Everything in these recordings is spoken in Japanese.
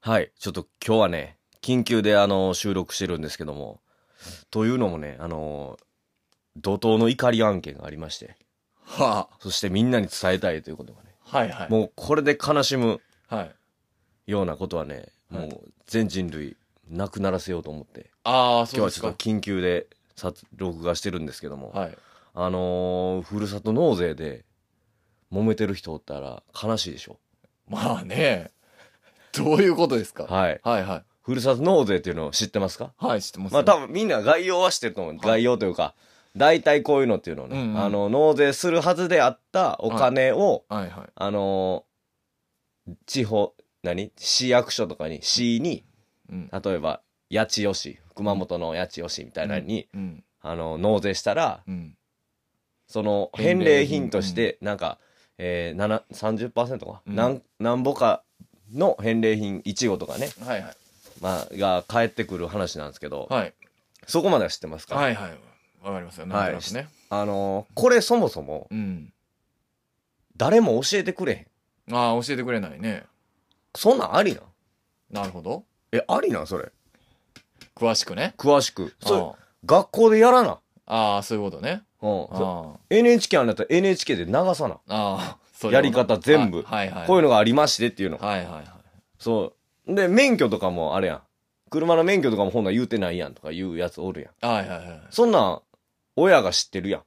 はい、ちょっと今日はね、緊急であの、収録してるんですけども、というのもね、あの、怒涛の怒り案件がありまして、はあ、そしてみんなに伝えたいということがね、はいはい。もうこれで悲しむはい。ようなことはね、はもいう全人類なくならせようと思って、ああ、今日そうはですちか。ょっと緊急でさ録画してるんですけども、はい。あのーふるさと納税で揉めてる人おったら悲しいでしょ。まあね。どういうことですか、はい。はいはい。ふるさと納税っていうのを知ってますかはい、知ってますまよ、あ多分みんな概要は知ってると思う。概要というか、大体こういうのっていうのをね、うんうんあの、納税するはずであったお金を、はいはい。あのー地方、何市役所とかに、市に、うん。例えば、八千代市、熊本の八千代市みたいなのに、うん。あの、納税したら、うん。その返返礼品礼品としてなんか、えー、なな30%か、うんなんなんぼかの返礼品いちごとかね、はいはい。まあ、が返ってくる話なんですけど、はい。そこまでは知ってますか、はいはい。わかりますよ。なんとなくね。あのーこれそもそもうん。誰も教えてくれへんああ、教えてくれないね。そんなんありなんなるほど。えありなんそれ詳しくね。詳しくあそれ学校でやらな、あああ、そういうことね。うん、そあ NHK あんだったら NHK で流さなあ。ああ、そやり方全部はいはい。こういうの。のがありましてっていうの、はいはいはい。そうで免許とかもあれやん車の免許とかもほんなら言うてないやんとか言うやつおるやんはいはいはい。そんなん、親が知ってるやん。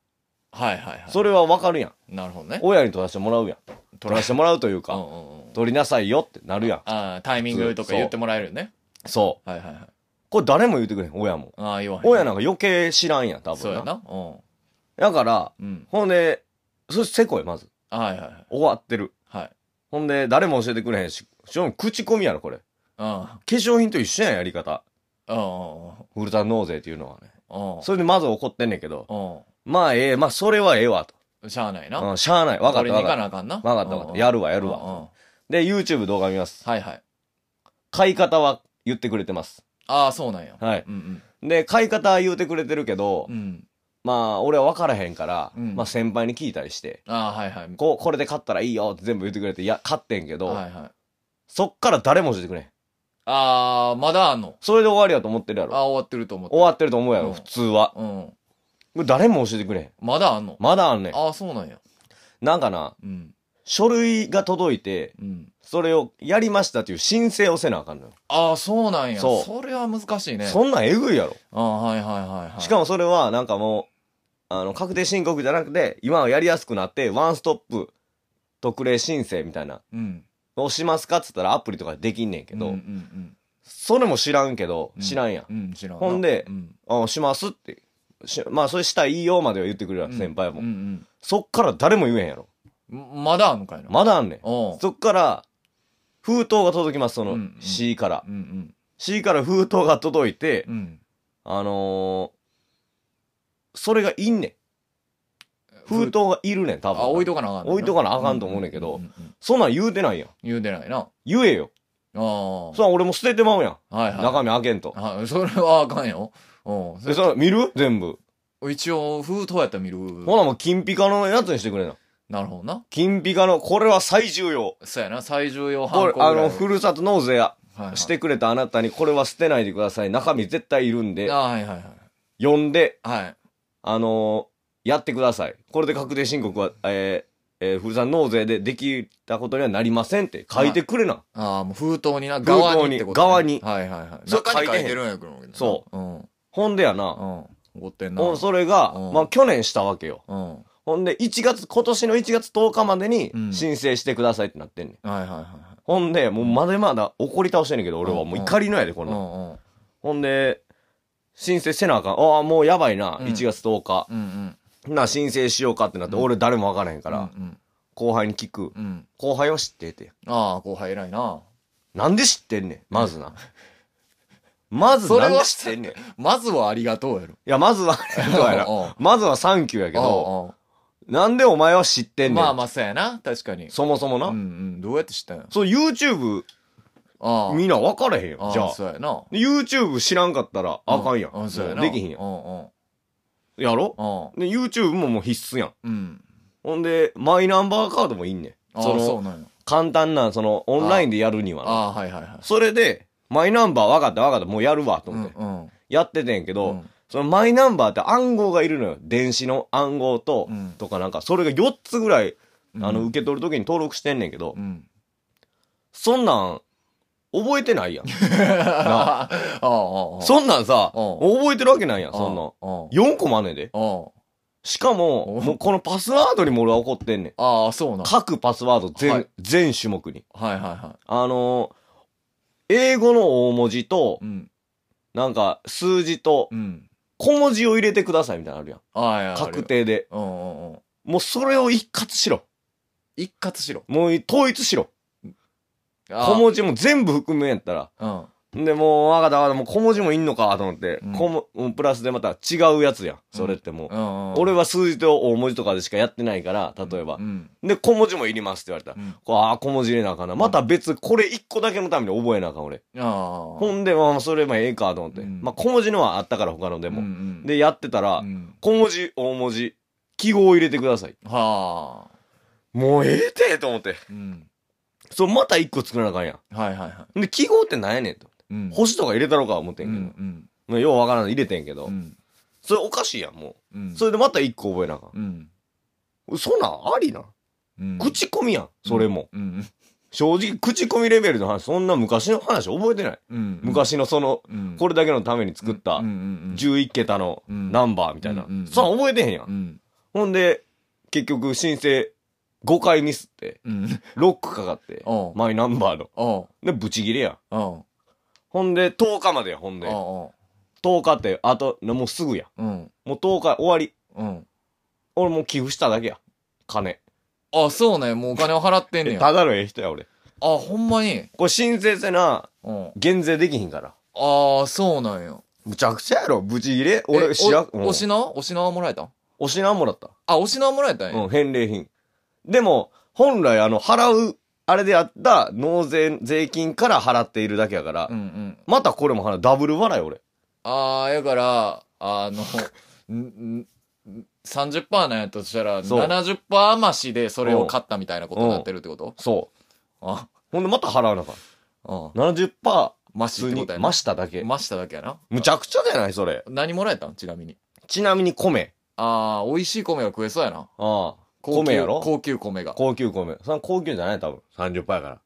はいはいはい。それはわかるやん。なるほどね。親に取らせてもらうやん。取らせてもらうといううんか、うんうん。取りなさいよってなるやん。ああ、タイミングとか言ってもらえるよね。そう。はいはいはい。これ誰も言うてくれへん、親も。ああ、言わへん。親なんか余計知らんやん、多そう分やな。な。うだから、ん。うん。ほんで、そしてせこい、まず。はいはいはい。終わってる。はい。ほんで、誰も教えてくれへんし、しかも口コミやろ、これ。化うん。粧品と一緒やん、やり方。うん。うんウルタ納税っていうのはね。うん。それでまず怒ってんねんけど、うまあええ、まあそれはええわと。ん。しゃあないな。うん、しゃあない。わかっ取たりにわ行かかっなあかんな。た。わかったわかうっんうた。んやるわ、やるうんわ。うんで、YouTube 動画見ます。はいはい。買い方は言ってくれてます。ああ、そうなんや。はい。うんで、買い方は言うてくれてるけど、うん。うん。まあ、俺は分からへんから、うんまあ先輩に聞いたりして、ああ、はいはい。こう、これで買ったらいいよって全部言ってくれて、いや、買ってんけど、はいはい。そっから誰も教えてくれへん。ああ、まだあんの。それで終わりやと思ってるやああ、ろ。終わってると思って。終わってると思うやろ、うん普通は。うん。誰も教えてくれへん。まだあんの。まだあんねん。ああ、そうなんや。なんかな、うん。書類が届いて、うん。それをやりましたっていう申請をせなあかんのよ。ああ、そうなんや。そうそれは難しいね。そんなんえぐいやろ。ああ、はいはいはいはい。しかもそれはなんかもう、あの、確定申告じゃなくて、今はやりやすくなって、ワンストップ特例申請みたいな、うん。をしますかっつったらアプリとかできんねんけど、うんうんそれも知らんけどう、ん。知らんやん。うん、知らんな。ほんでうん。あしますって。しまあ、それしたらいいよまでは言ってくれるやん先輩も、うんうんそっから誰も言えへんやろ。うん。まだあんのかいな。まだあんねん。おうそっから、封筒が届きます、そうんうのん C から。うん C から封筒が届いて、うん。うん。あのーそれがいんねん。封筒がいるねん、多分。あ、置いとかなあかんねん置いとかなあかんと思うねんけどうううんそんなん言うてないやん。言うてないな。あ言えよ。あ。そんなん俺も捨ててまうやん。はいはい。中身開けんと。はい、それはあかんよ。うん。そで、その見る全部。れ一応、封筒やったら見る。ほなもう金ピカのやつにしてくれな。なるほどな。金ピカの、これは最重要。そうやな、最重こ要犯れ行、あの、ふるさと納税やはいはいしてくれたあなたに、これは捨てないでください。中身絶対いるんであ、はいはいはい。呼んで、はい。あのーやってください。これで確定申告は、えーえーふるさと納税でできたことにはなりませんって書いてくれな。ああ、もう封筒にな、封筒に側にってこと、側にはいはいはい。そう中に書いて書へんいてるんやけどな。そううん。うん。ほんでやな。怒ってんな。ほんそれが、うんまあ、去年したわけよ。うん。はいほんで、1月、今年の1月10日までにうん申請してくださいってなってんねん。はいはいはい。ほんで、もうまだまだ怒り倒してんねんけど、俺はもう怒りのやで、こうんんなん。うん。ほんで、申請せなあかん。ああ、もうやばいな、うん1月10日。うんうん。な、申請しようかってなって、うん俺誰もわからへんか、からうん後輩に聞く。うん。うん。後輩は知ってて。ああ、後輩偉いな。なんで知ってんねん、まずな。まずそれなはんで知ってんねん。いまずはありがとうやろ。や、ま ずは、 そうやうんう。なんまずはサンキューやけど、あああなんでお前は知ってあんねまあん。まあ、そうやな。確かに。そもそもうんうな。ん。どうやって知ったんや。そう、YouTube ああ。みんな分からへんよああ、じゃあ。そうやな。で YouTube 知らんかったらあかんやん。うそうやな。できひんやん。うやろんうん。で、YouTube ももう必須やん。うん。うん。ほんで、マイナンバーカードもいんねん。ああ、そその、うなんや。簡単な、その、オンラインでやるにはなああーはいはいはいそれで、マイナンバー分かった分かった、もうやるわ、とう思んって。うんやっててんけど、うんそのマイナンバーって暗号がいるのよ。電子の暗号と、うんとかなんか、それが4つぐらい、うんあの、受け取るときに登録してんねんけど、うんそんなん、覚えてないやん。 ああああそんなんさ、う覚えてるわけないやん、ああそんなん。あ4個もあんねんで。あしかも、おもうこのパスワードにも俺は怒ってんねん。ああそうなんは各パスワード全、はい全種目に。いはいはあのー英語の大文字とい、うんなんか数字とうん小文字を入れてくださいみたいなのあるやん。はいはい確定で。うんうんうんもうそれを一括しろ。一括しろもう統一しろ。あ小文字も全部含むんやったら。あで、もう、わかったわかった、もう小文字もいんのかと思って、うん小ももうプラスでまた違うやつやん。それってもう。うんうんうん俺は数字と大文字とかでしかやってないから、例えばう。んで、小文字もいりますって言われたらう。んこうああ、小文字入れなあかんな。また別、これ一個だけのために覚えなあかん、俺。ああほんで、まあまあ、それまあええかと思って。うんまあ、小文字のはあったから、他のでも。うんうんで、やってたらう、ん小文字、大文字、記号を入れてください。はあもうええてと思って。うんそう、また一個作らなあかんやはいはいはいん。で、記号ってなんやねんと。うん星とか入れたろうか思ってうんけど。んまあようわからんの入れてんけうど。んそれおかしいやん、もうんう。それでまた一個覚えなあかうんん。そんなんありな。うん口コミやん、それも。うん正直、口コミレベルの話、そんな昔の話覚えてない。うん昔のその、うんこれだけのために作ったうんうん11桁のうんナンバーみたいなうんうん。そんなん覚えてへんや。うんんほんで、結局申請5回ミスって、うん ロックかかって、おうマイナンバーの。おうで、ブチギレやん。おうほんで、10日までや、ほんで。お10日って、あと、もうすぐや。ううんもう10日終わり。うん俺もう寄付しただけや。金。あそうねもうお金を払ってんねえやあただのええ人や、俺。ほんまにこれ申請せな、うん減税できひんから。ああそうなんやむちゃくちゃやろ、ブチギレ。え俺、しや、おお品お品はもらえたお品はもらった。あお品はもらえたんうやん、返礼品。でも、本来あの、払う、あれであった納税、税金から払っているだけやから、うんうんまたこれも払う、ダブル払い俺。ああやから あのんん30%なんやとしたらそう70%余しでそれを買ったみたいなことになってるってことそう。あほんでまた払うなあかん。うん70%普マシっ通てにことやな増しただけ。増しただけやなむちゃくちゃじゃないそれ。何もらえたんちなみにちなみに米。ああ美味しい米が食えそうやなああ。高級米やろ高級米が高級米。そんな高級じゃない多分。30%やか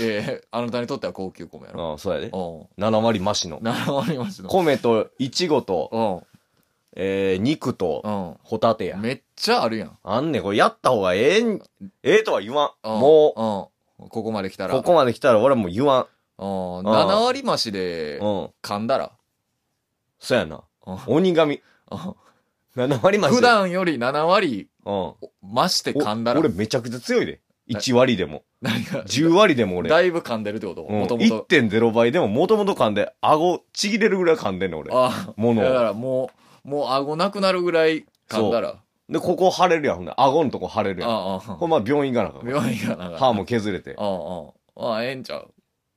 ええあなたにとっては高級米やろら。うん、そうやで。お7割増しのう。なるほどありました米と、いちごと、おえー、肉うと、んホタテうやん。めっちゃあるやんあんねん、これやった方がええん、ええとは言わん。んもうんここまで来たう、らここまで来たら俺はもう言わうんん7割増し。でうん。噛んだらそうやな。うん鬼神。うん7割増し。普。段より7割うん。増して噛んだおら俺めちゃくちゃ強いで。1割でも。何が10割でも俺。だいぶ噛んでるってことうんもともと1.0倍でももともと噛んで、顎ちぎれるぐらい噛んでんの俺。ああ物をだからもうもう顎なくなるぐらい噛んだらで、ここ腫れるやん。ほんで顎のとこ腫れるやん。あああほんま病院行かなああかん病院がなんか歯も削れて。ああああああええんちゃう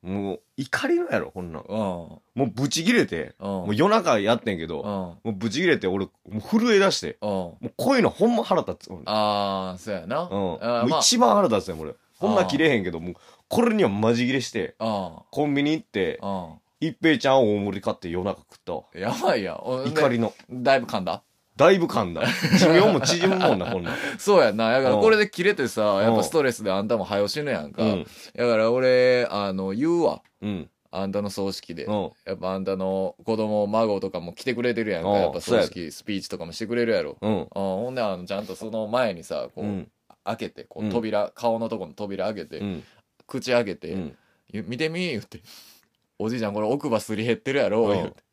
もう、怒りのやろ、こんなん。うんもうブチ切れて、うんもう夜中やってんけうど、んもうブチ切れて、俺、もう震え出して、うんもうこういうのほんま腹立つ。俺ああそうやなうん。もあーまうあ一番腹立つよ、俺。こんな切れへんけど、もう、これにはマジ切れして、あコンビニ行って、あ一平ちゃんを大盛り買って夜中食ったわ。あやばいやんお怒でりの。だいぶ噛んだだいぶ噛んだ。寿命も縮む もんな、こんなん。そうやんなだからうんこれで切れてさやっうぱんストレスであんたも早死ぬやんかうん。だから俺あの言うわうん。あんたの葬式でうん。やっぱあんたの子供孫とかも来てくれてるやんかうんやっぱ葬式スピーチとかもしてくれるやろうん。うんほんであのちゃんとその前にさこう。うん開けてこうんう扉顔のとこの扉開けうてん。口開けうてん。ゆ見てみー言って 「おじいちゃんこれ奥歯すり減ってるやろ」うん言うて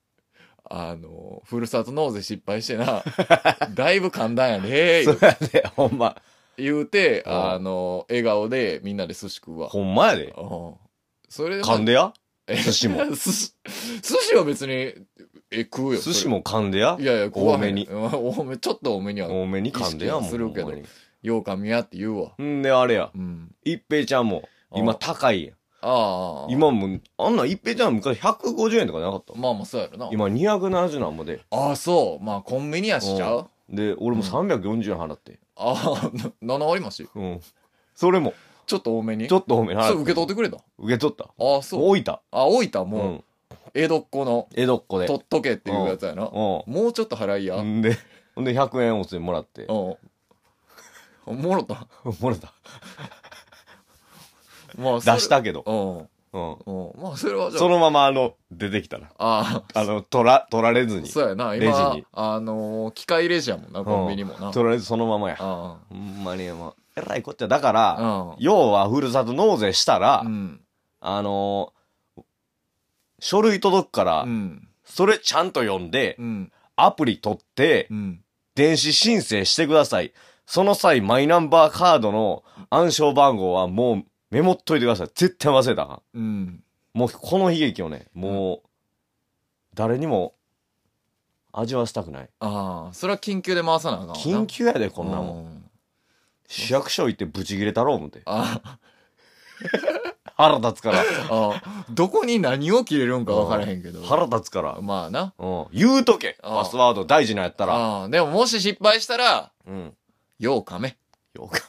あのふるさと納税失敗して なだいぶ簡単やねそうやで、ほんま。言うてうんあの笑顔でみんなで寿司食うわほんまやで。うんそれ噛んでやえ寿司も 寿司寿司は別にえ食うよ寿司もも噛んでやいやいや食わへん多めにうん 多めちょっと多めには多めに噛んでやも意識はうするけどほんまにようかみやって言うわんで、あれや。うん一平ちゃんも、今あ高いやん。ああ今もう、あんなん一平ちゃん昔150円とかなかったまあまあそうやろな今270なんもで。ああそうまあコンビニやしちゃうで、俺も340円払って。 ああ、な7割増しうん。それも。ちょっと多めにちょっと多めに払そっれ受け取ってくれた受け取った。ああそう大分。あ大分う。もうん江戸っ子の江戸っ子で。取っとけっていうやつやなうもうちょっと払いやうん ん。んで、ほんで100円お釣りもらって。おもろた もらった。まあそれ出したけど。うんうん。うんまあそれはじゃあそのまま、あの、出てきたら。ああの、取ら、取られずあに。そうやなレ今ジにあのー機械レジやもんなコンビニもな取られずそのままや。あほんまに、もう、えらいこっちゃ。だから、あ要はふるさと納税したら、うんあのー書類届くから、うんそれちゃんと読んで、うんアプリ取って、うん電子申請してください。その際、マイナンバーカードの暗証番号はもうメモっといてください。絶対忘れたらあかんうんもうこの悲劇をね、もう、誰にも味わわせたくない。ああそれは緊急で回さなあかんわな緊急やで、こんなもん。ん市役所行ってブチ切れたろう思って。ああ腹立つから。あどこに何を切れるんか分からへんけど。腹立つから。まあな。うん。言うとけ。ああパスワード大事なんやったら。ああでももし失敗したら、うん。ようかめ。よか。